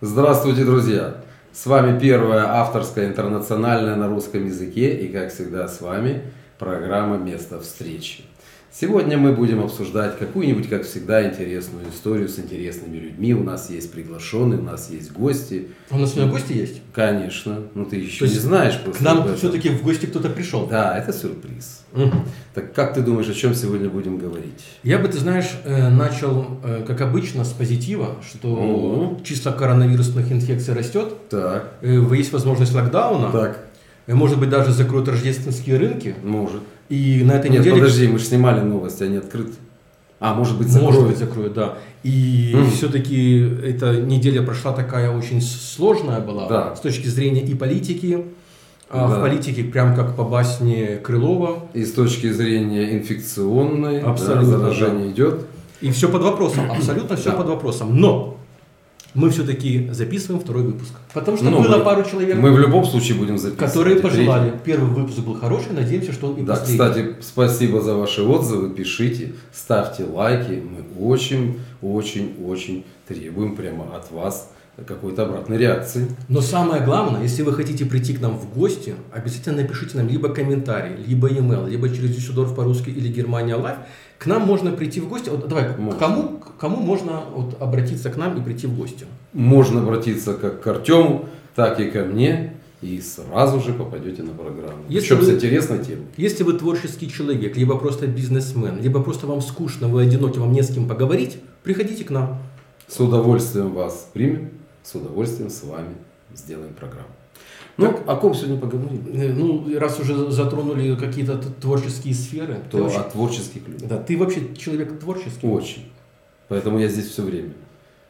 Здравствуйте, друзья! С вами первая авторская интернациональная на русском языке и, как всегда, с вами программа «Место встречи». Сегодня мы будем обсуждать какую-нибудь, как всегда, интересную историю с интересными людьми. У нас есть приглашенные, у нас есть гости. У нас сегодня гости есть? Конечно. Ну, ты еще То есть не знаешь К просто об нам этом. все-таки в гости кто-то пришел. Да, это сюрприз. Мгм. Так как ты думаешь, о чем сегодня будем говорить? Я бы, ты знаешь, э, начал, э, как обычно, с позитива, что Мгм. число коронавирусных инфекций растет, Так, э, есть возможность локдауна, так, э, может быть, даже закроют рождественские рынки. может. И на этой Нет, неделе... подожди, мы же снимали новости, они открыты. А, может быть, закроют. Может быть, закроют, да. И Мгм. все-таки эта неделя прошла такая очень с- сложная была Да. с точки зрения и политики. А Да. В политике прям как по басне Крылова. И с точки зрения инфекционной, да, Абсолютно, заражение идет. И все под вопросом, абсолютно все Да. под вопросом. Но мы все-таки записываем второй выпуск. Потому что Ну, было мы- пару человек, Мы в любом случае будем записывать. которые и третий. пожелали. Первый выпуск был хороший, надеемся, что он и Да, последний. кстати, спасибо за ваши отзывы, пишите, ставьте лайки. Мы очень, очень, очень требуем прямо от вас какой-то обратной реакции. Но самое главное, если вы хотите прийти к нам в гости, обязательно напишите нам либо комментарий, либо e-mail, либо через Дюссельдорф по-русски или Германия Лайв. К нам можно прийти в гости. Вот, давай, к Можно. кому, к кому можно вот, обратиться к нам и прийти в гости? Можно обратиться как к Артему, так и ко мне, и сразу же попадете на программу. Если Причем с вы- интересной темой. Если вы творческий человек, либо просто бизнесмен, либо просто вам скучно, вы одиноки, вам не с кем поговорить, приходите к нам. С удовольствием вас примем, с удовольствием с вами сделаем программу. Ну, о ком сегодня поговорим? Э, Ну, раз уже затронули какие-то т- творческие сферы, ты, То вообще, о творческих людях. да, ты вообще человек творческий. Очень. Поэтому я здесь все время.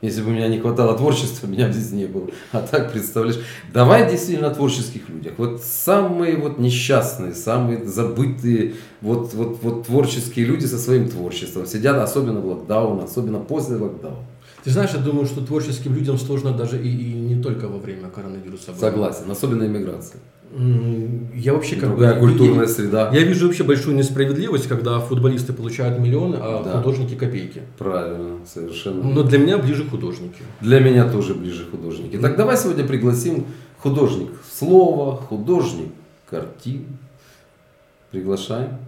Если бы у меня не хватало творчества, меня бы здесь не было. А так, представляешь, давай действительно о творческих людях. Вот самые вот несчастные, самые забытые, вот, вот, вот творческие люди со своим творчеством сидят, особенно в локдаун, особенно после локдауна. Ты знаешь, я думаю, что творческим людям сложно даже и, и не только во время коронавируса. было. Согласен, особенно иммиграция. М, Я вообще как Другая бы... культурная я- среда. Я вижу вообще большую несправедливость, когда футболисты получают миллионы, а Да. художники копейки. Правильно, совершенно. Но для меня ближе художники. Для меня тоже ближе художники. Так давай сегодня пригласим художник слова, художник картин. Приглашаем.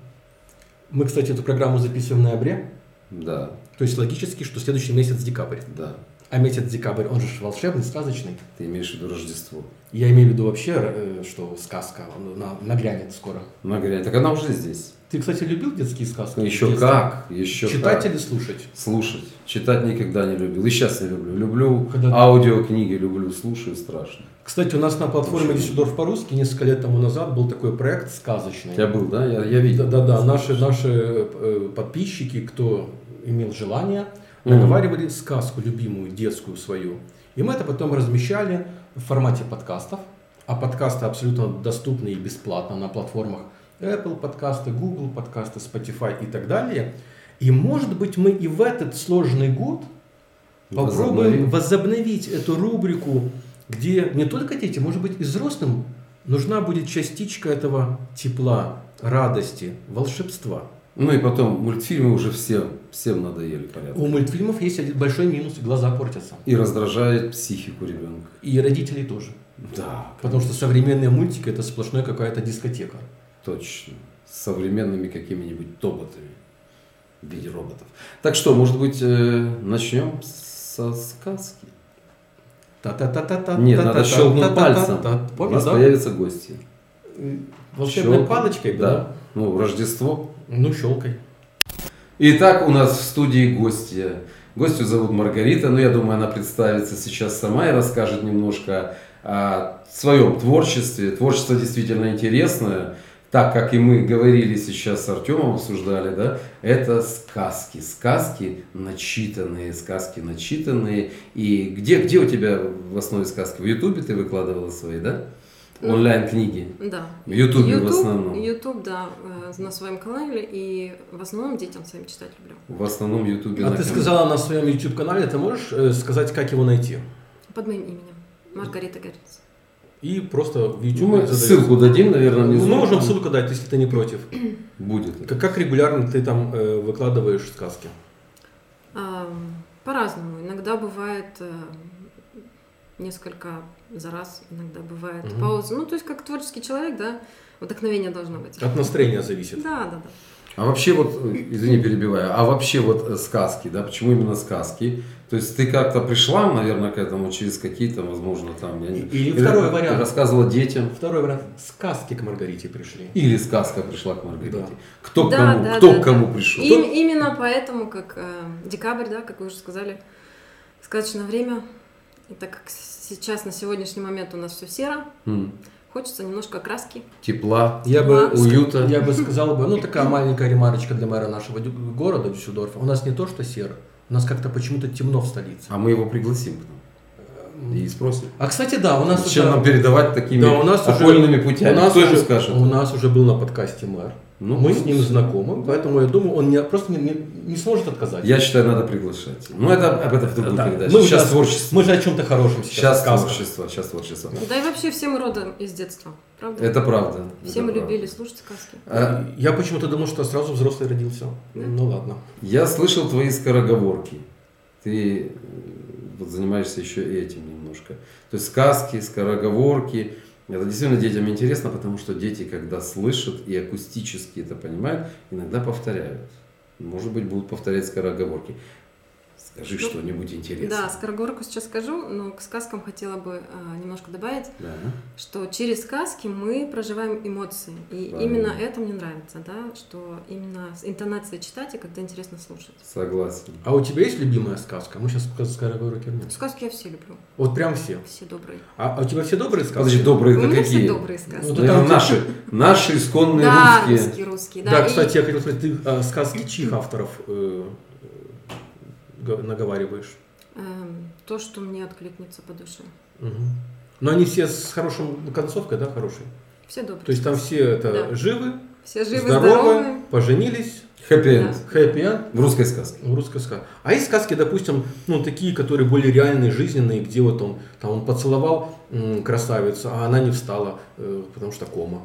Мы, кстати, эту программу записываем в ноябре, Да, то есть логически, что следующий месяц декабрь. да. А месяц декабрь, он же ж волшебный, сказочный. Ты имеешь в виду Рождество. Я имею в виду вообще, э, что сказка она нагрянет скоро. Она говорит, так она уже здесь. Ты, кстати, любил детские сказки? в Еще детстве? как, еще Читать как. или слушать? Слушать. Читать никогда не любил. И сейчас не люблю. Люблю Когда ты- аудиокниги, люблю, слушаю, страшно. Кстати, у нас на платформе Слушай. Дюссельдорф по-русски несколько лет тому назад был такой проект сказочный. У тебя был, да? Я, я видел. Да-да-да, наши, наши э, подписчики, кто имел желание, Мгм. наговаривали сказку любимую, детскую свою. И мы это потом размещали в формате подкастов. А подкасты абсолютно доступны и бесплатно на платформах Apple подкасты, Google подкасты, Spotify и так далее. И может быть мы и в этот сложный год Возобновим. попробуем возобновить эту рубрику, где не только дети, может быть и взрослым нужна будет частичка этого тепла, радости, волшебства. Ну и потом, мультфильмы уже всем, всем надоели, понятно. У мультфильмов есть один большой минус, глаза портятся. И раздражает психику ребенка. И родителей тоже. Да, Потому что современные мультики это сплошная какая-то дискотека. Точно. С современными какими-нибудь тоботами в виде роботов. Так что, может быть, э, начнем со сказки? Та-та-та-та-та. Нет, надо щелкнуть пальцем. У Помнишь, нас да? появятся гости. Волшебной Щелк- палочкой, да? Да. Ну, Рождество. Ну, щелкой. Итак, у нас в студии гости. Гостю зовут Маргарита, но я думаю, она представится сейчас сама и расскажет немножко о своем творчестве. Творчество действительно интересное. Так как и мы говорили сейчас с Артемом, обсуждали, да, это сказки. Сказки начитанные, сказки начитанные. И где, где у тебя в основе сказки? В Ютубе ты выкладывала свои, да? Онлайн-книги. Да. В Ютубе в основном. YouTube, да, э, на своем канале и в основном детям своим читать люблю. В основном в Ютубе. А на ты кон- сказала на своем YouTube-канале, ты можешь э, сказать, как его найти? Под моим именем. Маргарита Горец. И просто в Ну, YouTube мы задаёшь. ссылку дадим, наверное, Ну, внизу. Мы можем ссылку дать, если ты не против. Будет. Как, как регулярно ты там э, выкладываешь сказки? Ам, По-разному. Иногда бывает э, несколько за раз иногда бывает Мгм. паузы. Ну, то есть, как творческий человек, да, вдохновение должно быть. От настроения зависит. Да, да, да. А вообще вот, э, извини, перебиваю, а вообще вот э, сказки, да, почему именно сказки? То есть ты как-то пришла, наверное, к этому через какие-то, возможно, там, я не... Или второй вариант. Рассказывала детям. Второй вариант. Сказки к Маргарите пришли. Или сказка пришла к Маргарите. Да. Кто к Да, кому, да, кто да, к кому да. пришел. Им- именно поэтому, как э, декабрь, да, как вы уже сказали, сказочное время, и так как с- сейчас на сегодняшний момент у нас все серо, М. хочется немножко краски. Тепла, Я бы, Да. уюта. я бы сказал бы, ну такая маленькая ремарочка для мэра нашего дю- города Дюссельдорфа. У нас не то, что серо, у нас как-то почему-то темно в столице. А мы его пригласим к нам и спросим. А кстати, да, у нас Зачем уже- нам передавать такими Да, у нас уже- окольными путями? у нас Кто ему уже- скажет? у нас уже был на подкасте мэр. Ну, Мы с ним знакомы, поэтому я думаю, он не, просто не, не- не сможет отказать. Я считаю, надо приглашать. Ну, это об этом в другой Да. передаче. Мы сейчас же- творчество. Мы же о чем-то хорошем сейчас. Сейчас сказках. творчество, сейчас творчество. Да и вообще все мы родом из детства, правда? Это правда. Все это мы правда. любили слушать сказки. А, Я почему-то думал, что сразу взрослый родился. Да. Ну ладно. я слышал твои скороговорки. Ты э, вот занимаешься еще и этим немножко. То есть сказки, скороговорки. Это действительно детям интересно, потому что дети, когда слышат и акустически это понимают, иногда повторяют. Может быть, будут повторять скороговорки. Скажи Ну, что-нибудь Да, интересное. скороговорку сейчас скажу, но к сказкам хотела бы э, немножко добавить, Да. что через сказки мы проживаем эмоции. И Правильно. именно это мне нравится, да, что именно с интонацией читать и когда интересно слушать. Согласен. А у тебя есть любимая сказка? Мы сейчас скороговорки вернемся. Сказки я все люблю, Вот прям все. все добрые. А, а у тебя все добрые сказки? Подожди, добрые У это меня все какие? добрые сказки. Ну, Наверное, там те- наши, наши исконные да, русские. русские, русские, да. Ну, Да, и- кстати, я хотел спросить, ты э, сказки чьих авторов э, э, га- наговариваешь? эм, то, что мне откликнется по душе. Мгм. Но они все с хорошим концовкой, да, хорошей? Все добрые. То есть там все это Да. живы, все живы, здоровы, здоровы. поженились, Хэппи-энд. хэппи-энд. В русской сказке. Ну, русская сказка. А есть сказки, допустим, ну, такие, которые более реальные, жизненные, где вот он, там, он поцеловал м, красавицу, а она не встала, э, потому что кома.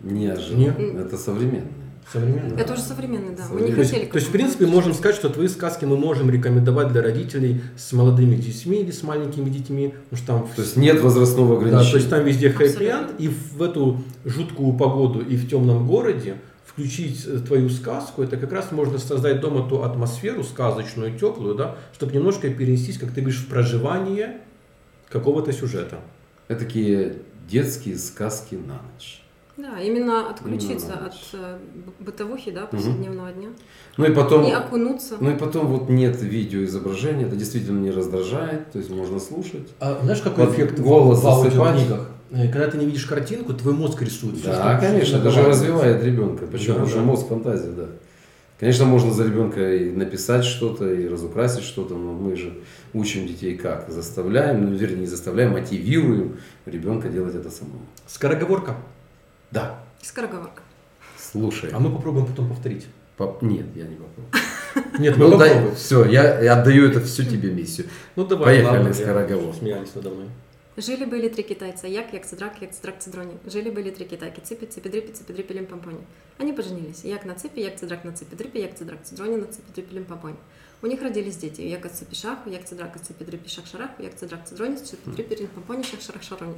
Неожиданно. Нет. Это современное. Современно. Да. Это уже современный, да. Мы Современный. не То есть, хотели. то есть, в принципе, можем сказать, что твои сказки мы можем рекомендовать для родителей с молодыми детьми или с маленькими детьми, потому что там... То есть нет возрастного да, ограничения. то есть там везде хэппи-энд, Абсолютно. и в эту жуткую погоду и в темном городе включить э, твою сказку, это как раз можно создать дома ту атмосферу сказочную, теплую, да, чтобы немножко перенестись, как ты говоришь, в проживание какого-то сюжета. Это такие детские сказки на ночь. Да, именно отключиться Именно. от э, б- бытовухи, да, повседневного дня. Ну и потом, Не а окунуться. ну и потом вот нет видеоизображения, это действительно не раздражает, то есть можно слушать. А знаешь, какой Вот эффект в- голос в засыпать. аудиокнигах? Э, Когда ты не видишь картинку, твой мозг рисует. всё, да, что- конечно, что это же наговаривается. развивает ребенка. Почему Да, же да. мозг, фантазия, да. Конечно, можно за ребенка и написать что-то, и разукрасить что-то, но мы же учим детей как? Заставляем, ну, вернее, не заставляем, мотивируем ребенка делать это самому. Скороговорка. Да, Скороговорка. слушай. А мы попробуем потом повторить. Поп- Нет, я не попробую. Нет, мы Ну, попробуем. дай, все, я, я отдаю это всю тебе миссию. Ну давай, Поехали, ладно, я- скороговорка. Смеялись надо мной. Жили были три китайца. Як, як, цедрак, як, цедрак, цедрони. Жили были три китайки. Ципи, ципи, дрипи, ципи, дрипи, лим, помпони. Они поженились. Як на ципе, як цедрак на ципе, дрипе, як цедрак, цедрони на ципе, дрипе, лим, помпони. У них родились дети. Як от ципи шаху, як цедрак, от ципи, дрипи, шах, шараху, як цедрак, цедрони, ципи, дрипи, лим, помпони, шах, шарах, шарони.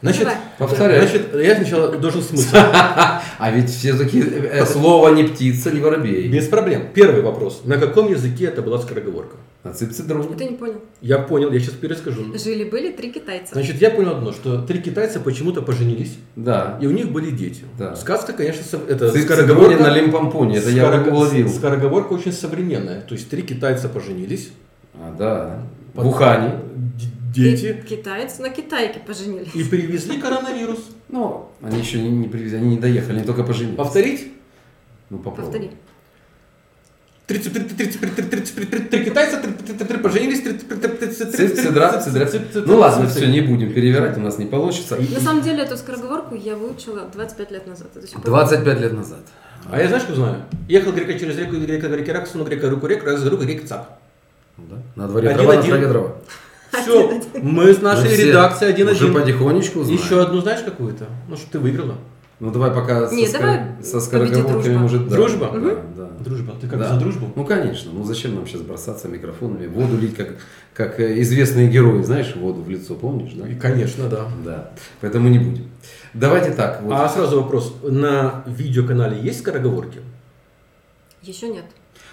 Значит, Давай. Повторяю. Значит, я сначала должен смысл. А ведь все-таки э, слово не птица, не воробей. Без проблем. Первый вопрос. На каком языке это была скороговорка? А ципцы-друг. А ты не понял. Я понял, я сейчас перескажу. Жили были три китайца. Значит, я понял одно, что три китайца почему-то поженились, Да. и у них были дети. Да. Сказка, конечно, сов- это Ципцы-друг на скороговорка. лимпомпоне, это я скорого- уловил. Скороговорка очень современная. То есть три китайца поженились. А, да. Под- Бухани. Д- Ки- Дети. Китаец на китайке поженились. И привезли коронавирус. Ну, они еще не, не привезли, они не доехали, они только поженились. Повторить? Ну, попробуй. Повтори. Три ци- три- три- три- три- три- три- три- три китайца три- три- три- три поженились. три- три- три- три- три- Цып, три- цедра, ци- цедра. цып- цып- Ну ладно, цып- все, не будем перевирать, у нас не получится. На самом деле эту скороговорку я выучила 25 лет назад. Это до сих пор- 25 лет назад. А я знаешь, что знаю? Ехал грека через реку, и грека греки рак, сунул грека руку рек, раз друга рек цап. Ну да. На дворе Один, трава, на один. траве дрова. Все, мы с нашей Мы Ну, все редакцией один Уже один. потихонечку узнаем. Еще одну знаешь какую-то? Ну, что ты выиграла. Ну давай пока Не, со, давай скор- со победит скороговорками, дружба. может, да, Дружба? да, Мгм. да. Дружба. Ты как Да. за дружбу? Ну, конечно. Ну, зачем нам сейчас бросаться микрофонами, воду лить, как, как э, известные герои, знаешь, воду в лицо, помнишь, да? И, конечно, да. Да. Поэтому не будем. Давайте так. вот. А сразу вопрос. На видеоканале есть скороговорки? Еще нет.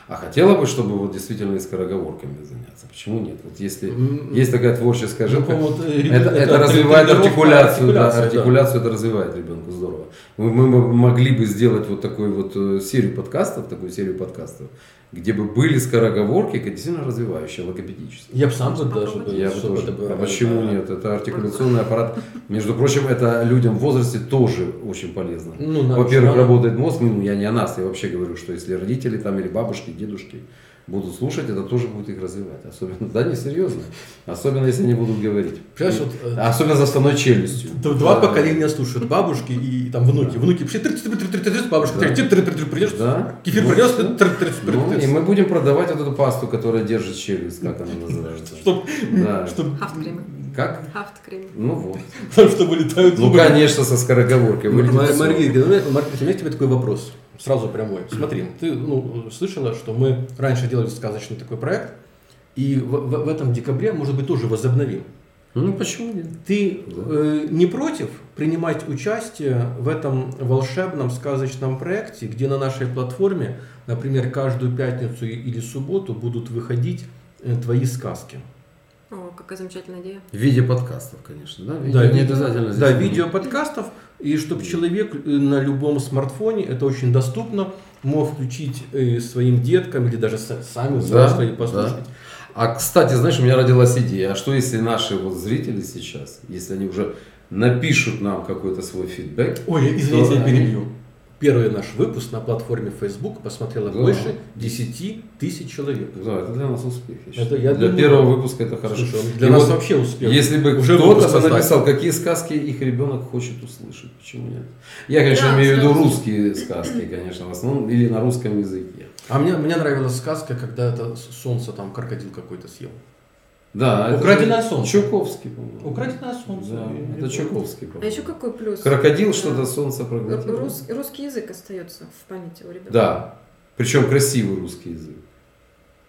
А хотела бы, чтобы вот действительно и скороговорками заняться. Почему нет? Вот если М, есть такая творческая ну, жилка, по-моему, э, это, это трени- развивает тренировка, артикуляцию, да, артикуляция, артикуляцию это развивает ребенку, здорово. Мы, мы бы могли бы сделать вот такую вот э, серию подкастов, такую серию подкастов, где бы были скороговорки, действительно развивающие, логопедические. Я бы сам бы даже... бы, Я бы чтобы тоже. это было. А почему нет? Это артикуляционный аппарат. Между прочим, это людям в возрасте тоже очень полезно. Ну, надо Во-первых, же, да. работает мозг, ну я не о нас, я вообще говорю, что если родители там или бабушки, дедушки будут слушать, это тоже будет их развивать. Особенно, да, не серьезно. Особенно, если не будут говорить. Понимаешь, вот, э, Особенно за основной челюстью. Д- Два Да. поколения слушают. Бабушки и, там внуки. Внуки пришли, тры- тры- тры- тры- тры- тры- бабушка, Да. тры- тры- тры- тры- тры- придешь, Да. кефир Ну, принес, всё. тры- тры- тры- тры- Ну, тры- и мы будем продавать вот эту пасту, которая держит челюсть, как она называется. Чтоб- Да. чтоб- Хафткремы. Как? Хафткремы. Ну вот. Потому что вылетают Ну, зубы. конечно, со скороговоркой. Мар- вылетит Мар- всё. Маргарита, у меня- Маргарита, у меня к тебе такой вопрос. Сразу прямой. Смотри, ты ну, слышала, что мы раньше делали сказочный такой проект, и в, в- в этом декабре, может быть, тоже возобновим. Ну, почему нет? Ты Да. э, не против принимать участие в этом волшебном сказочном проекте, где на нашей платформе, например, каждую пятницу и- или субботу будут выходить э, твои сказки? О, какая замечательная идея. В виде подкастов, конечно, да? Видео не видео- обязательно здесь. Да, видео подкастов, и чтобы человек э, на любом смартфоне, это очень доступно, мог включить э, своим деткам или даже са- сами взрослые да. послушать. А, кстати, знаешь, у меня родилась идея, а что если наши вот зрители сейчас, если они уже напишут нам какой-то свой фидбэк, Ой, извините, я перебью. Первый наш выпуск на платформе Facebook посмотрело Да. больше 10 тысяч человек. да, это для нас успех. я Это считаю. я для думаю, первого выпуска это хорошо. Слушай, он для И нас вот вообще успех. Если бы Уже кто-то выпуск составили. написал, какие сказки их ребенок хочет услышать, почему нет? Я, конечно, Да, имею в виду сказки. русские сказки, конечно, в основном, или на русском языке. А мне, мне нравилась сказка, когда это с- солнце там крокодил какой-то съел. А Да, это Украденное солнце. Чуковский, по-моему. Украденное солнце. Да, И- это Чуковский, А еще какой плюс? Крокодил Да. что-то солнце проглотил. Рус- русский язык остается в памяти у ребенка. Да. Причем красивый русский язык.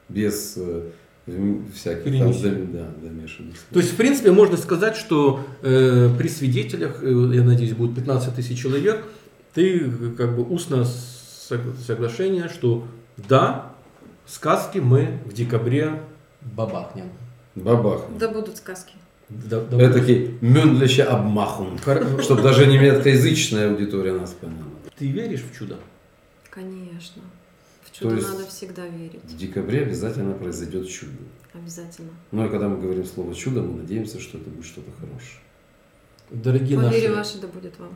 Без э, м, всяких там Перенесений. дом- да, домешанных. слов. То есть, в принципе, можно сказать, что э, при свидетелях, э, я надеюсь, будет 15 тысяч человек, ты э, как бы устно сог- соглашение, что да, сказки мы в декабре бабахнем. Бабах. Да будут сказки. Да- да- Это такие мюндлище обмахун. Хор- Чтобы даже немецкоязычная аудитория нас поняла. Ты веришь в чудо? Конечно. В То чудо есть- надо всегда верить. В декабре обязательно произойдет чудо. Обязательно. Ну и когда мы говорим слово чудо, мы надеемся, что это будет что-то хорошее. Дорогие Поверю наши, ваше, да будет вам.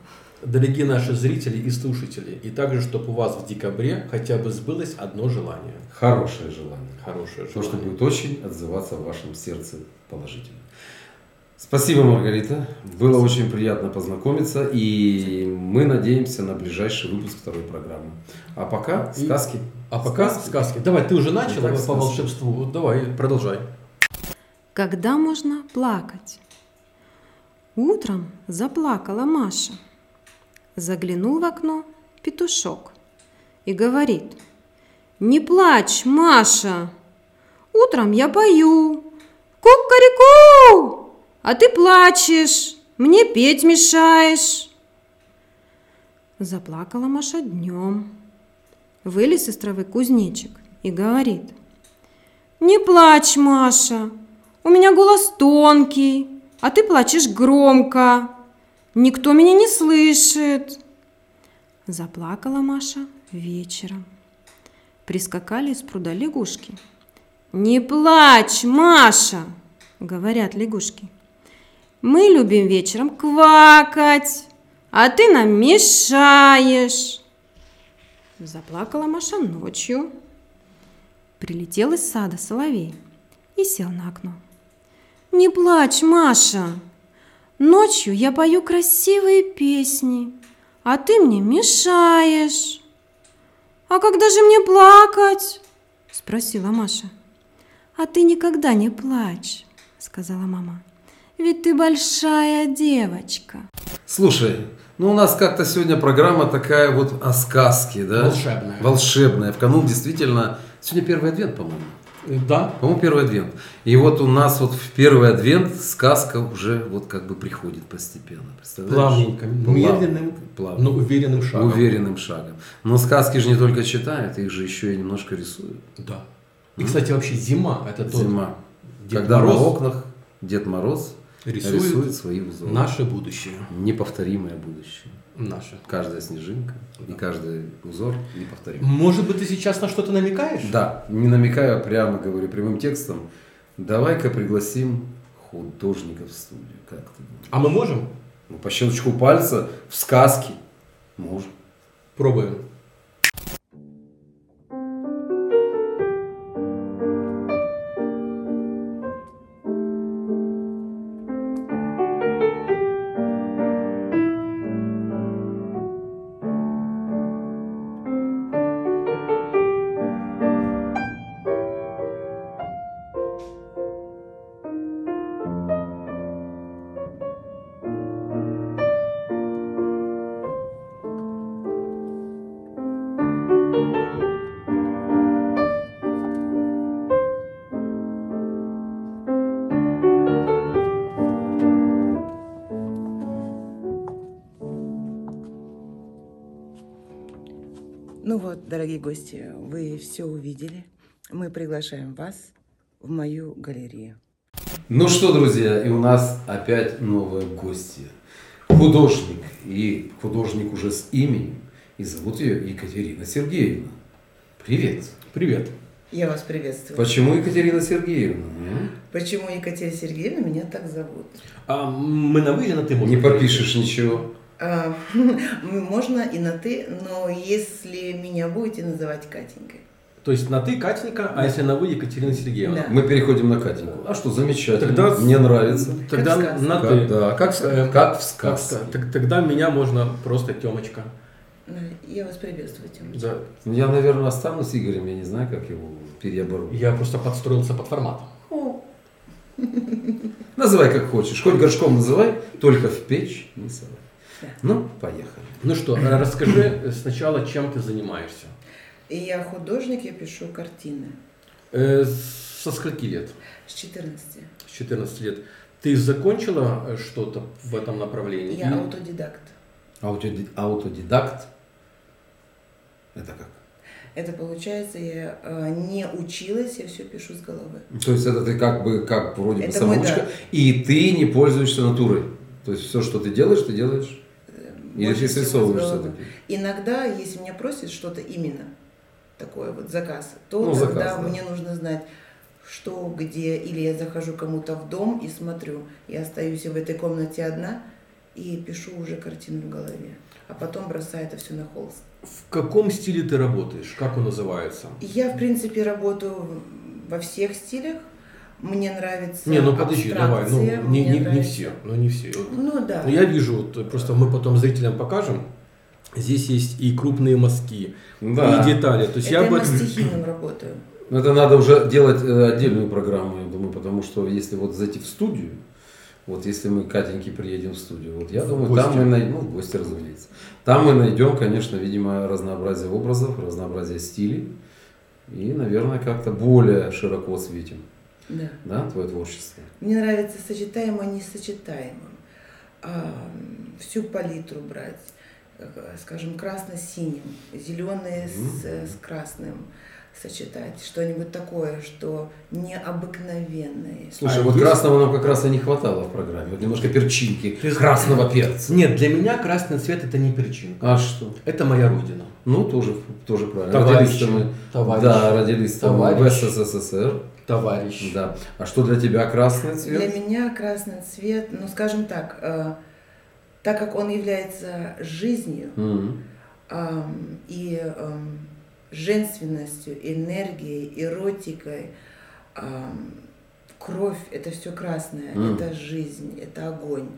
дорогие наши зрители и слушатели, и также, чтобы у вас в декабре хотя бы сбылось одно желание. Хорошее желание. Хорошее То, что желание. будет очень отзываться в вашем сердце положительно. Спасибо, Маргарита. Было очень приятно познакомиться. И мы надеемся на ближайший выпуск второй программы. А пока И- сказки. А пока Сказки. сказки. Давай, ты уже начал Итак, по сказки. волшебству. Вот Давай, продолжай. Когда можно плакать? Утром заплакала Маша. Заглянул в окно петушок и говорит. Не плачь, Маша. Утром я пою. Кукареку! А ты плачешь. Мне петь мешаешь. Заплакала Маша днем. Вылез из травы кузнечик и говорит – не плачь, Маша. У меня голос тонкий, а ты плачешь громко. Никто меня не слышит. Заплакала Маша вечером. Прискакали из пруда лягушки. Не плачь, Маша, говорят лягушки. Мы любим вечером квакать, а ты нам мешаешь. Заплакала Маша ночью. Прилетел из сада соловей и сел на окно. «Не плачь, Маша! Ночью я пою красивые песни, а ты мне мешаешь!» «А когда же мне плакать?» – спросила Маша. «А ты никогда не плачь», – сказала мама. «Ведь ты большая девочка». Слушай, Ну, у нас как-то сегодня программа такая вот о сказке, да? Волшебная. Волшебная. В канун действительно... Сегодня первый адвент, по-моему. Э, Да, По-моему, первый адвент. И вот у нас вот в первый адвент сказка уже вот как бы приходит постепенно. Представляешь? плавненько, медленным, плавно. но Ну, уверенным шагом. Уверенным шагом. Но сказки же не только читают, их же еще и немножко рисуют. Да. И, кстати, вообще зима – это тот Зима. Дед Когда Мороз на окнах Дед Мороз рисует, рисует свои узоры. наше будущее. Неповторимое будущее. Наше. Каждая снежинка и каждый узор неповторим. Может быть, ты сейчас на что-то намекаешь? Да, не намекаю, а прямо говорю прямым текстом. Давай-ка пригласим художников в студию. Как ты думаешь? А мы можем? Ну, по щелчку пальца в сказке. Может. Пробуем. Ну вот, дорогие гости, вы все увидели. Мы приглашаем вас в мою галерею. Ну что, друзья, и у нас опять новые гости. Художник, и художник уже с именем, и зовут ее Екатерина Сергеевна. Привет. Привет. Я вас приветствую. Почему Екатерина Сергеевна? м? Почему Екатерина Сергеевна меня так зовут? А мы на вы или на ты можем? Не попишешь ничего. А, можно и на ты, но если меня будете называть Катенькой. То есть на ты Катенька, а если на вы Екатерина Сергеевна? Да. Мы переходим на Катеньку. А что, замечательно. Тогда- Мне нравится. Тогда Как в сказке. на Как- ты. да, как, в ска- Эм, как в Как сказке. ска- т- Тогда меня можно просто Темочка. Да, Я вас приветствую, Тёмочка. Да. Ну, Я, наверное, останусь с Игорем, я не знаю, как его переоборудовать. Я просто подстроился под формат. Называй как хочешь. Хоть горшком называй, только в печь не совай. Да. Ну, поехали. Ну что, э, расскажи э, сначала, чем ты занимаешься. И я художник, я пишу картины Э, Со скольки лет? с 14. С 14 лет. Ты закончила э, что-то в этом направлении? Я Или- аутодидакт. Аутоди- Аутодидакт. Это как? Это получается, я э, не училась, я все пишу с головы. То есть это ты как бы, как вроде бы Это мы, самоучка, да. и ты не пользуешься натурой. То есть все, что ты делаешь, ты делаешь. Э, Или Больше ты всего с срисовываешь головы. все-таки. Иногда, если меня просят что-то именно, такое вот заказ, то Ну, тогда заказ, да. мне нужно знать, что, где, или я захожу кому-то в дом и смотрю, я остаюсь в этой комнате одна и пишу уже картину в голове, а потом бросаю это все на холст. В каком стиле ты работаешь? Как он называется? Я, в принципе, работаю во всех стилях, мне нравится Не, ну подожди, давай, ну абстракция, не, мне не, не нравится- все, ну не все. Вот. Ну да. Ну, я вижу, вот, просто мы потом зрителям покажем. Здесь есть и крупные мазки, Да. и детали. То есть это я я об на этом- стихийном работаю. Но Ну, это надо уже делать э, отдельную программу, я думаю, потому что если вот зайти в студию, вот если мы к Катеньке приедем в студию, вот я В думаю, гости. там мы найдем, ну, в гости, разумеется, там мы найдем, конечно, видимо, разнообразие образов, разнообразие стилей и, наверное, как-то более широко светим, Да. да, твое творчество. Мне нравится сочетаемое несочетаемым. А, м, всю палитру брать, э, скажем, красно-синим, зеленое с, э, с красным сочетать, что-нибудь такое, что необыкновенное. Слушай, А вот есть- красного нам как раз и не хватало в программе, вот немножко перчинки, красного перца. Нет, для меня красный цвет это не перчинка. А что? Это моя родина. Ну, тоже, тоже правильно. Товарищи, Родились-то мы- товарищи, да, родились-то мы в товарищи. СССР. Товарищ. Да. А что для тебя красный а цвет? Для меня красный цвет, ну, скажем так, э, так как он является жизнью Мгм. ам, и ам, женственностью, энергией, эротикой. ам, кровь – это все красное, Мгм. это жизнь, это огонь.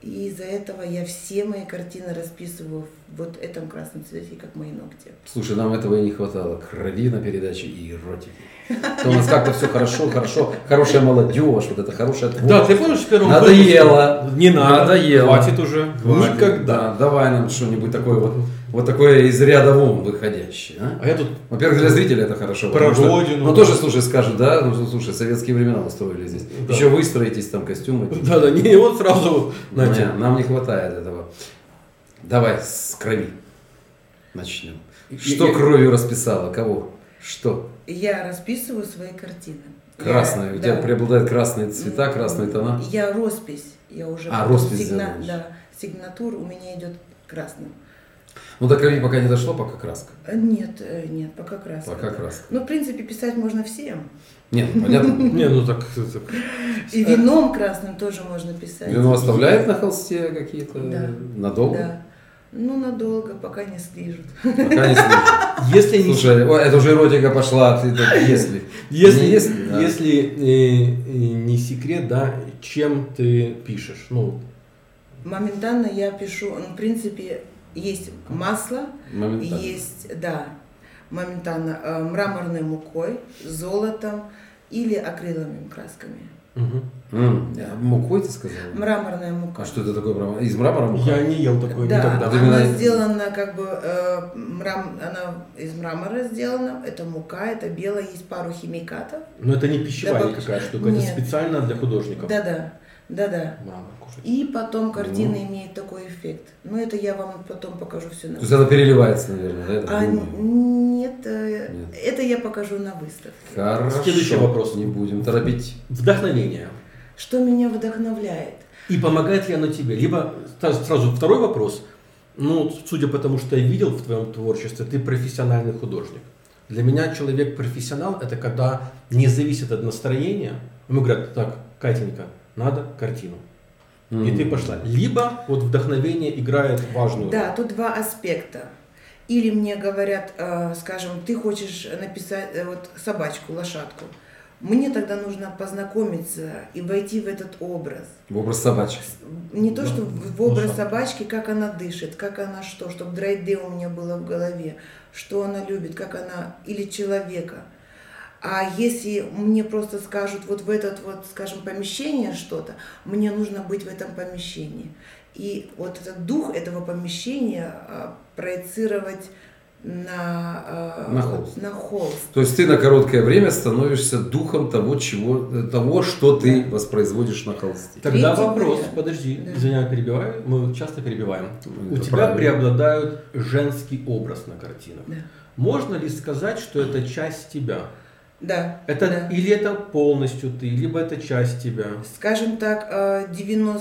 И из-за этого я все мои картины расписываю в вот этом красном цвете, как мои ногти. Слушай, нам этого и не хватало. Крови на передаче и эротики. То у нас как-то все хорошо, хорошо. Хорошая молодежь, вот это хорошая Да, ты помнишь в первом Надоело. выпуске? Не надо. Надоело. Хватит уже. Хватит. Никогда. Да, давай нам что-нибудь такое вот, вот такое из ряда вон выходящее. а? А я тут Во-первых, для зрителя это хорошо. Про потому что- родину. Ну, тоже, слушай, скажут, да, ну, что, слушай, советские времена устроили здесь. Да. Еще выстроитесь там костюмы. Ну, Да-да, не, вот сразу вот, знаете. Не, нам не хватает этого. Давай с крови начнем. Что Я- кровью расписала? Кого? Что? Я расписываю свои картины. Я- Красное. У тебя да. преобладают красные цвета, красные тона. Я роспись. Я уже А, потом роспись делаешь. да, сигнатура у меня идет красным. Ну, до крови пока не дошло, пока краска. Э, Нет, э, нет, пока красным. Пока краска. Ну, в принципе, писать можно всем. Нет, понятно. Не, ну так, так. И вином красным тоже можно писать. Э, Вино оставляет на холсте какие-то? Да. Надолго? Да. Ну, надолго, пока не слижут. Пока не слышу. Если не Слушай, о, это уже эротика пошла, ты так, если. Если, Не если, да. э, э, не секрет, да, чем ты пишешь? Ну, Моментально я пишу, ну, в принципе, есть масло, Моментально. есть, да, моментально э, мраморной мукой, золотом или акриловыми красками. М, Мукой ты сказал? Мраморная мука. А что это такое? мрамор? Из мрамора мука? я не ел такое да, никогда. Ты она знаешь- сделана как бы э, мрам, она из мрамора сделана, это мука, это белая, есть пару химикатов. Но это не пищевая Да, никакая бабушка. штука, это Нет. специально для художников. Да-да, да-да. Мрамор кушать. И потом картина имеет такой эффект. Но это я вам потом покажу все на То есть она переливается, наверное, да? это А, думаю. н- нет, э, Нет. это я покажу на выставке. Хорошо. Следующий вопрос. Не будем торопить. Вдохновение. Что меня вдохновляет? И помогает ли оно тебе? Либо та- сразу второй вопрос. Ну, судя по тому, что я видел в твоем творчестве, ты профессиональный художник. Для меня человек-профессионал – это когда не зависит от настроения. Ему говорят, так, Катенька, надо картину. И ты пошла. Либо вот вдохновение играет важную роль. Да, тут два аспекта. Или мне говорят, э, скажем, ты хочешь написать э, вот собачку, лошадку. Мне тогда нужно познакомиться и войти в этот образ. В образ собачки. Не то, Да, что в в образ лошадка. собачки, как она дышит, как она что, чтобы драйде у меня было в голове, что она любит, как она, или человека. А если мне просто скажут вот в этот вот, скажем, помещение что-то, мне нужно быть в этом помещении. И вот этот дух этого помещения а, проецировать на, а, На холст. на холст. То есть ты на короткое время становишься духом того, чего, того, что ты воспроизводишь на холсте. Тогда Третий вопрос, вариант. подожди, Да. извиняюсь, перебиваю, мы часто перебиваем. У Это тебя правильно. преобладают женский образ на картинах. Да. Можно ли сказать, что это часть тебя? Да. Это да. или это полностью ты, либо это часть тебя. Скажем так, э,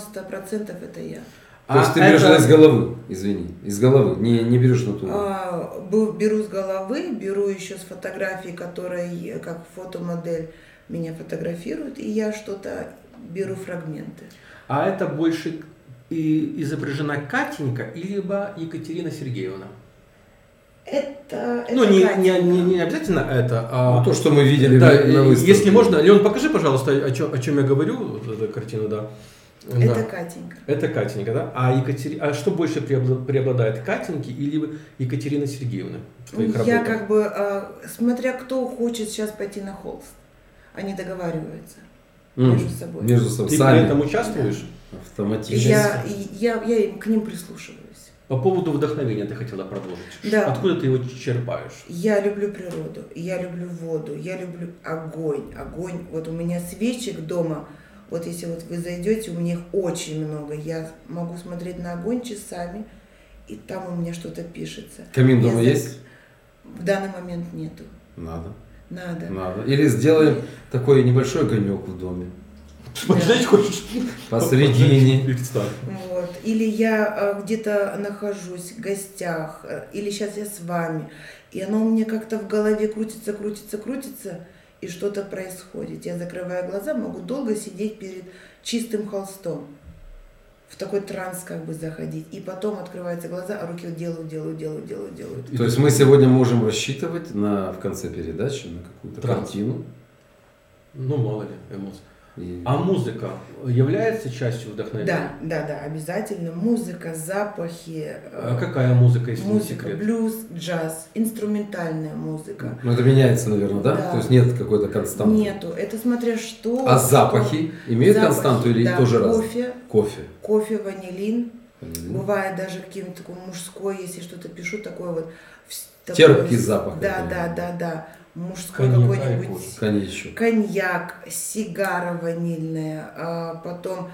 90% это я. А То есть ты берешь это из головы, извини, из головы, не, не берешь натуру. А, бу- беру с головы, беру еще с фотографии, которые е- как фотомодель меня фотографируют, и я что-то беру фрагменты. А это больше и изображена Катенька, и либо Екатерина Сергеевна. Это, ну, это не, Катя. не- не- не обязательно это, а Ну, то, что мы видели Да, на- на и- выставке. если можно, Леон, покажи, пожалуйста, о чем, о чем я говорю, вот эту картину, да. Да. Это Катенька. Это Катенька, да? А, Екатери... а что больше преобла- преобладает, Катеньки или Екатерина Сергеевна в твоих Я работах? как бы, э, смотря кто хочет сейчас пойти на холст, они договариваются М, между собой. Между собой. Ты Сами. при этом участвуешь? И Автоматически. Я, и я, я им к ним прислушиваюсь. По поводу вдохновения ты хотела продолжить. Ш- Да. Откуда ты его черпаешь? Я люблю природу, я люблю воду, я люблю огонь, огонь. Вот у меня свечек дома, вот если вот вы зайдете, у меня их очень много. Я могу смотреть на огонь часами, и там у меня что-то пишется. Камин Я дома зак- есть? В данный момент нету. Надо. Надо. Надо. Или сделаем такой небольшой огонек в доме. Поджечь хочешь? Посредине. Представь. Вот. Или я э, где-то нахожусь в гостях, э, или сейчас я с вами, и оно у меня как-то в голове крутится, крутится, крутится, и что-то происходит. Я закрываю глаза, могу долго сидеть перед чистым холстом, в такой транс как бы заходить, и потом открываются глаза, а руки делают, делают, делают, делают, делают. То есть мы сегодня можем рассчитывать на, в конце передачи на какую-то Транс. картину. Ну, мало ли, эмоций. И- А музыка является частью вдохновения? Да, да, да, обязательно. Музыка, запахи, А э, какая музыка, если не музыка, секрет? блюз, джаз, инструментальная музыка. Ну, это меняется, наверное, да? Да. То есть нет какой-то константы. Нету. Это смотря что. А что. запахи имеют Запахи, константу или да, тоже раз? Кофе, Кофе. Ну, кофе, ванилин. Мгм. Бывает даже каким-то такой мужской, если что-то пишу, такой вот... вс- такой- Терпкий запах, Да, это, да, да, да. Мужской Коньяка и какой-нибудь. кофе. Коньячок. Коньяк, сигара ванильная, а потом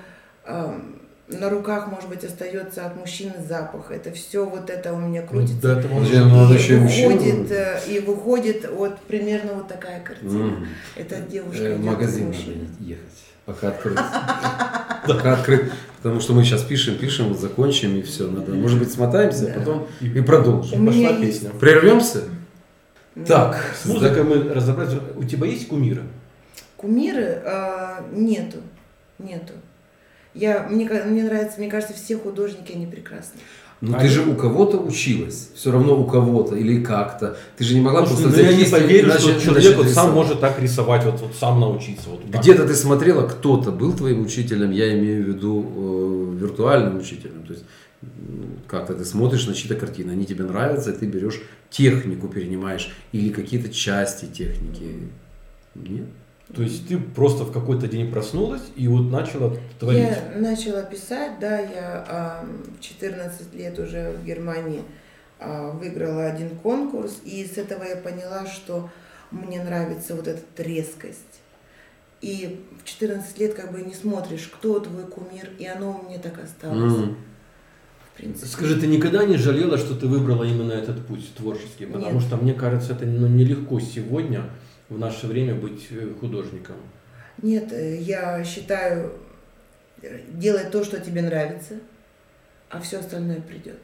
эм, на руках, может быть, остается от мужчины запах. Это все вот это у меня Ну, крутится. до этого Подожди, же- ну, надо еще и мужчину. выходит, э, и выходит вот примерно вот такая картина. Мгм. Это девушка Э, идет В к магазин надо мужчине. ехать. Пока открыт. Пока открыт. Потому что мы сейчас пишем, пишем, вот закончим и все. Надо, может быть, смотаемся, а потом и И продолжим. пошла меня есть- песня. Прервемся? Ну, Так, с музыкой мы разобрались. У тебя есть кумиры? Кумиры а, нету, нету. Я, мне, ка- мне нравится, мне кажется, все художники, они прекрасны. Ну А ты я- же у кого-то училась, все равно у кого-то или как-то. Ты же не могла Слушай, просто ну, взять я не кисть и поверю, что начать- человек начать вот сам рисовать. может так рисовать, вот, вот сам научиться. Вот так. Где-то ты смотрела, кто-то был твоим учителем, я имею в виду э, виртуальным учителем. То есть м, как-то ты смотришь на чьи-то картины, они тебе нравятся, и ты берешь технику, перенимаешь, или какие-то части техники. Нет? То есть ты просто в какой-то день проснулась и вот начала творить. Я начала писать, да, я а, в 14 лет уже в Германии а, выиграла один конкурс, и с этого я поняла, что мне нравится вот эта резкость. И в 14 лет как бы не смотришь, кто твой кумир, и оно у меня так осталось. М. В принципе. Скажи, ты никогда не жалела, что ты выбрала именно этот путь творческий? Потому Нет. что мне кажется, это ну, нелегко сегодня в наше время быть э, художником. Нет, э, я считаю, э, делай то, что тебе нравится, а все остальное придет.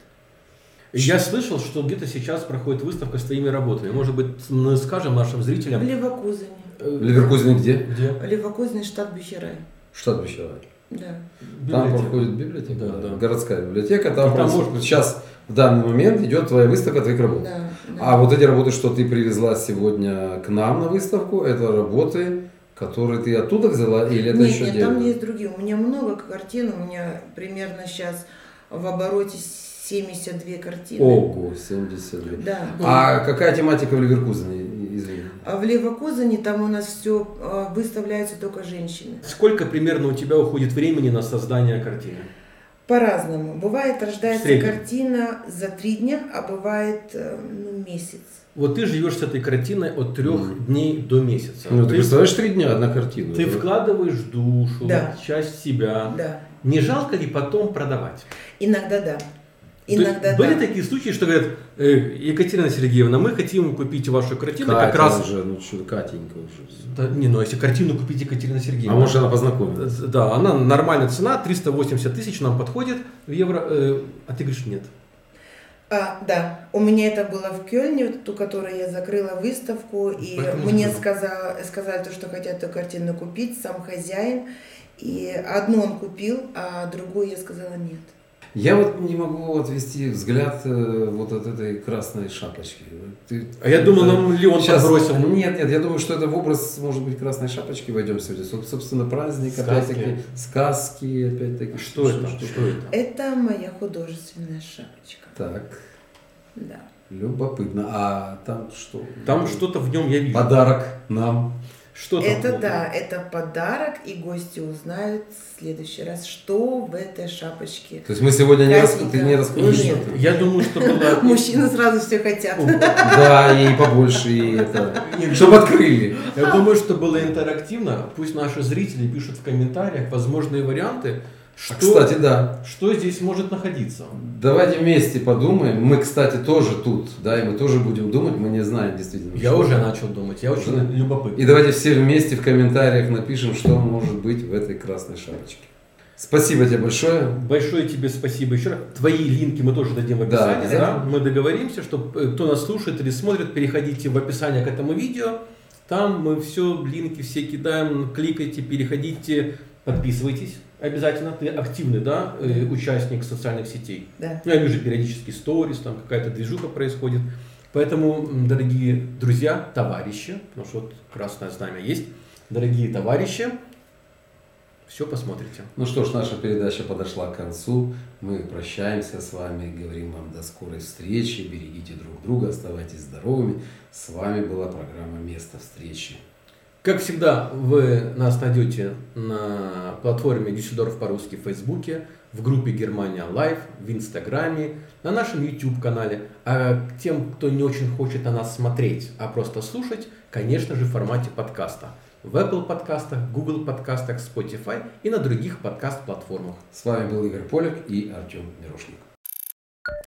Я слышал, что где-то сейчас проходит выставка с твоими работами. Может быть, ну, скажем нашим В зрителям. Левокузане. В э, Ливеркузине где? Где? Левокузный штат Бюхерай. Штат Бещера. Да. Там Библиотека. проходит библиотека, Да, да. городская библиотека. Там, Там просто можно- сейчас в данный момент идет твоя выставка твоих работ. да, да. А вот эти работы, что ты привезла сегодня к нам на выставку, это работы, которые ты оттуда взяла, или это нет, еще нет, дерево? там есть другие. У меня много картин, у меня примерно сейчас в обороте 72 картины. Ого, 72. Да. А какая тематика в Ливеркузене, извини? А в Левокузане там у нас все выставляются только женщины. Сколько примерно у тебя уходит времени на создание картины? По-разному. Бывает рождается В среднем. картина за три дня, а бывает э, ну, месяц. Вот ты живешь с этой картиной от трех Мгм. дней до месяца. Ну, ты ты, представляешь, три дня одна картина. ты вкладываешь душу, Да. часть себя. Да. Не жалко ли потом продавать? Иногда да. То Иногда есть Были да. такие случаи, что говорят, «Э, Екатерина Сергеевна, мы хотим купить вашу картину Катя как раз... уже, ну что, Катенька уже. всё. Да, не, ну если картину купить Екатерина Сергеевна... Э, А может она познакомилась? Да, она нормальная цена, 380 тысяч нам подходит в евро, э, а ты говоришь нет. А, да, у меня это было в Кёльне, вот ту, которую я закрыла выставку, и Поэтому мне закрыла. сказала, сказали, то, что хотят эту картину купить, сам хозяин. И одну он купил, а другую я сказала нет. Я вот не могу отвести взгляд э, вот от этой красной шапочки. Ты- А я думал, нам ли он Сейчас- подбросил? Нет, нет, я думаю, что это в образ, может быть, красной шапочки войдем сегодня. Соб- Собственно, праздник, Сказки. А опять-таки, сказки, опять-таки. Что это? Что это? Это моя художественная шапочка. Так, Да. любопытно. А там что? Там что-то в нем я вижу. Подарок нам. Что там Это было? да, это подарок, и гости узнают в следующий раз, что в этой шапочке. То есть мы сегодня не, рас- Праздник, ты да. не раскроешь Нет. что-то? Я думаю, что было... Мужчины сразу все хотят. Да, и побольше, и это. Чтобы открыли. Я думаю, что было интерактивно. Пусть наши зрители пишут в комментариях возможные варианты, что, А, Кстати, да. что здесь может находиться. Давайте вместе подумаем. Мы, кстати, тоже тут, да, и мы тоже будем думать. Мы не знаем действительно. Я что. уже начал думать, я очень Уже? И любопытный. давайте все вместе в комментариях напишем, что может быть в этой красной шапочке. Спасибо тебе большое. Большое тебе спасибо еще раз. Твои линки мы тоже дадим в описании. обязательно. да? Мы договоримся, что э, кто нас слушает или смотрит, переходите в описание к этому видео. Там мы все, линки все кидаем, кликайте, переходите, подписывайтесь обязательно. Ты активный, да, э, участник социальных сетей. Да. Ну, Я вижу периодически сторис, там какая-то движуха происходит. Поэтому, м, дорогие друзья, товарищи, потому что вот красное знамя есть, дорогие товарищи, Все посмотрите. Ну что ж, наша передача подошла к концу. Мы прощаемся с вами, говорим вам до скорой встречи. Берегите друг друга, оставайтесь здоровыми. С вами была программа «Место встречи». Как всегда, вы нас найдете на платформе Дюссельдорф по-русски в Фейсбуке, в группе Германия Лайв, в Инстаграме, на нашем YouTube-канале. А к тем, кто не очень хочет на нас смотреть, а просто слушать, конечно же, в формате подкаста. В Apple подкастах, Google подкастах, Spotify и на других подкаст-платформах. С вами был Игорь Полик и Артем Мирошник.